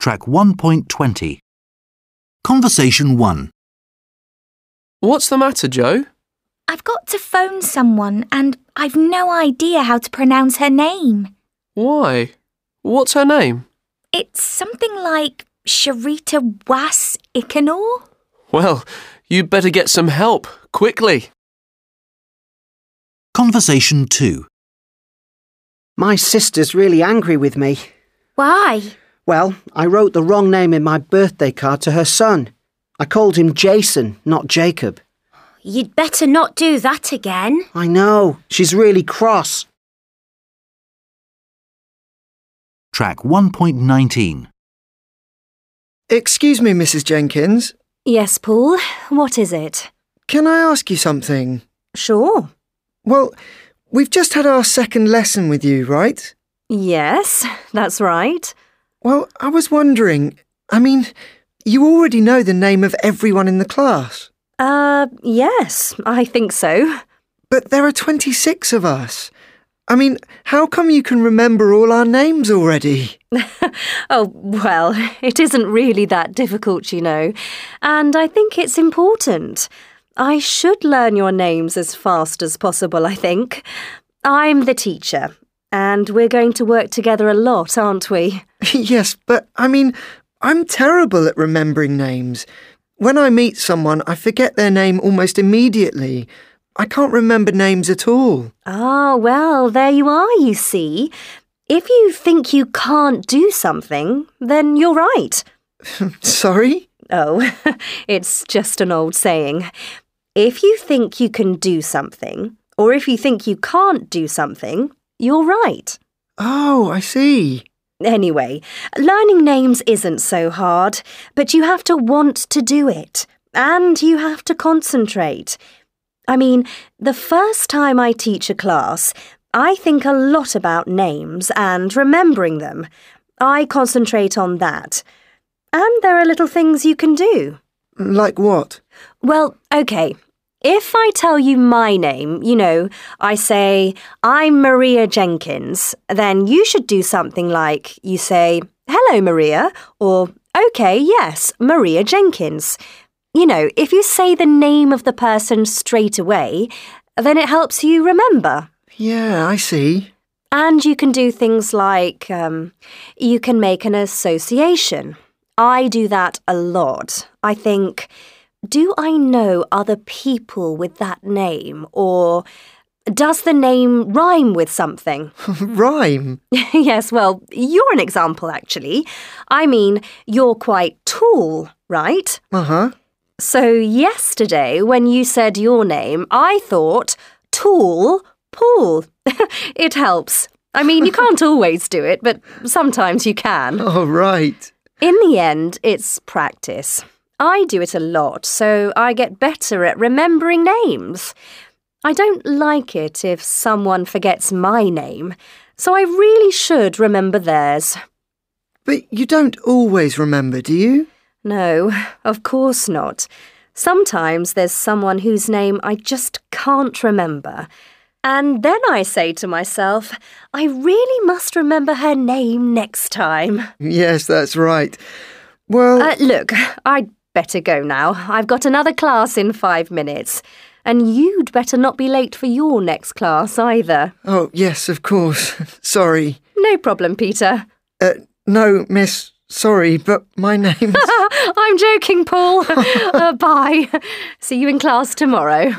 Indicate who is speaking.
Speaker 1: Track 1.20. Conversation 1.
Speaker 2: What's the matter, Joe?
Speaker 3: I've got to phone someone and I've no idea how to pronounce her name.
Speaker 2: Why? What's her name?
Speaker 3: It's something like Sharita Was Icanor?
Speaker 2: Well, you'd better get some help, quickly.
Speaker 1: Conversation 2.
Speaker 4: My sister's really angry with me.
Speaker 3: Why?
Speaker 4: Well, I wrote the wrong name in my birthday card to her son. I called him Jason, not Jacob.
Speaker 3: You'd better not do that again.
Speaker 4: I know, she's really cross.
Speaker 1: Track 1.19.
Speaker 5: Excuse me, Mrs. Jenkins.
Speaker 3: Yes, Paul. What is it?
Speaker 5: Can I ask you something?
Speaker 3: Sure.
Speaker 5: Well, we've just had our second lesson with you, right?
Speaker 3: Yes, that's right.
Speaker 5: Well, I was wondering. I mean, you already know the name of everyone in the class,
Speaker 3: Uh, yes, I think so.
Speaker 5: but there are 26 of us. I mean, how come you can remember all our names already?
Speaker 3: Oh, well, it isn't really that difficult, you know. And I think it's important. I should learn your names as fast as possible, I think. I'm the teacher, and we're going to work together a lot, aren't we?
Speaker 5: yes, but I mean, I'm terrible at remembering names. When I meet someone, I forget their name almost immediately. I can't remember names at all.
Speaker 3: Ah, well, there you are, you see. If you think you can't do something, then you're right.
Speaker 5: Sorry?
Speaker 3: Oh, it's just an old saying. If you think you can do something, or if you think you can't do something, you're right.
Speaker 5: Oh, I see.
Speaker 3: Anyway, learning names isn't so hard, but you have to want to do it, and you have to concentrate. I mean, the first time I teach a class, I think a lot about names and remembering them. I concentrate on that. And there are little things you can do.
Speaker 5: Like what?
Speaker 3: Well, okay. If I tell you my name, you know, I say, I'm Maria Jenkins, then you should do something like you say, Hello, Maria, or Okay, yes, Maria Jenkins. You know, if you say the name of the person straight away, then it helps you remember.
Speaker 5: Yeah, I see.
Speaker 3: And you can do things like um, you can make an association. I do that a lot. I think, do I know other people with that name? Or does the name rhyme with something?
Speaker 5: Rhyme.
Speaker 3: yes, well, you're an example, actually. I mean, you're quite tall, right?
Speaker 5: Uh huh.
Speaker 3: So, yesterday, when you said your name, I thought, tall Paul. it helps. I mean, you can't always do it, but sometimes you can.
Speaker 5: All right.
Speaker 3: In the end, it's practice. I do it a lot, so I get better at remembering names. I don't like it if someone forgets my name, so I really should remember theirs.
Speaker 5: But you don't always remember, do you?
Speaker 3: No, of course not. Sometimes there's someone whose name I just can't remember. And then I say to myself, I really must remember her name next time.
Speaker 5: Yes, that's right. Well,
Speaker 3: Uh, look, I'd better go now. I've got another class in five minutes. And you'd better not be late for your next class either.
Speaker 5: oh, yes, of course. sorry.
Speaker 3: No problem, Peter.
Speaker 5: Uh, no, miss, sorry, but my name's.
Speaker 3: I'm joking, Paul. uh, bye. See you in class tomorrow.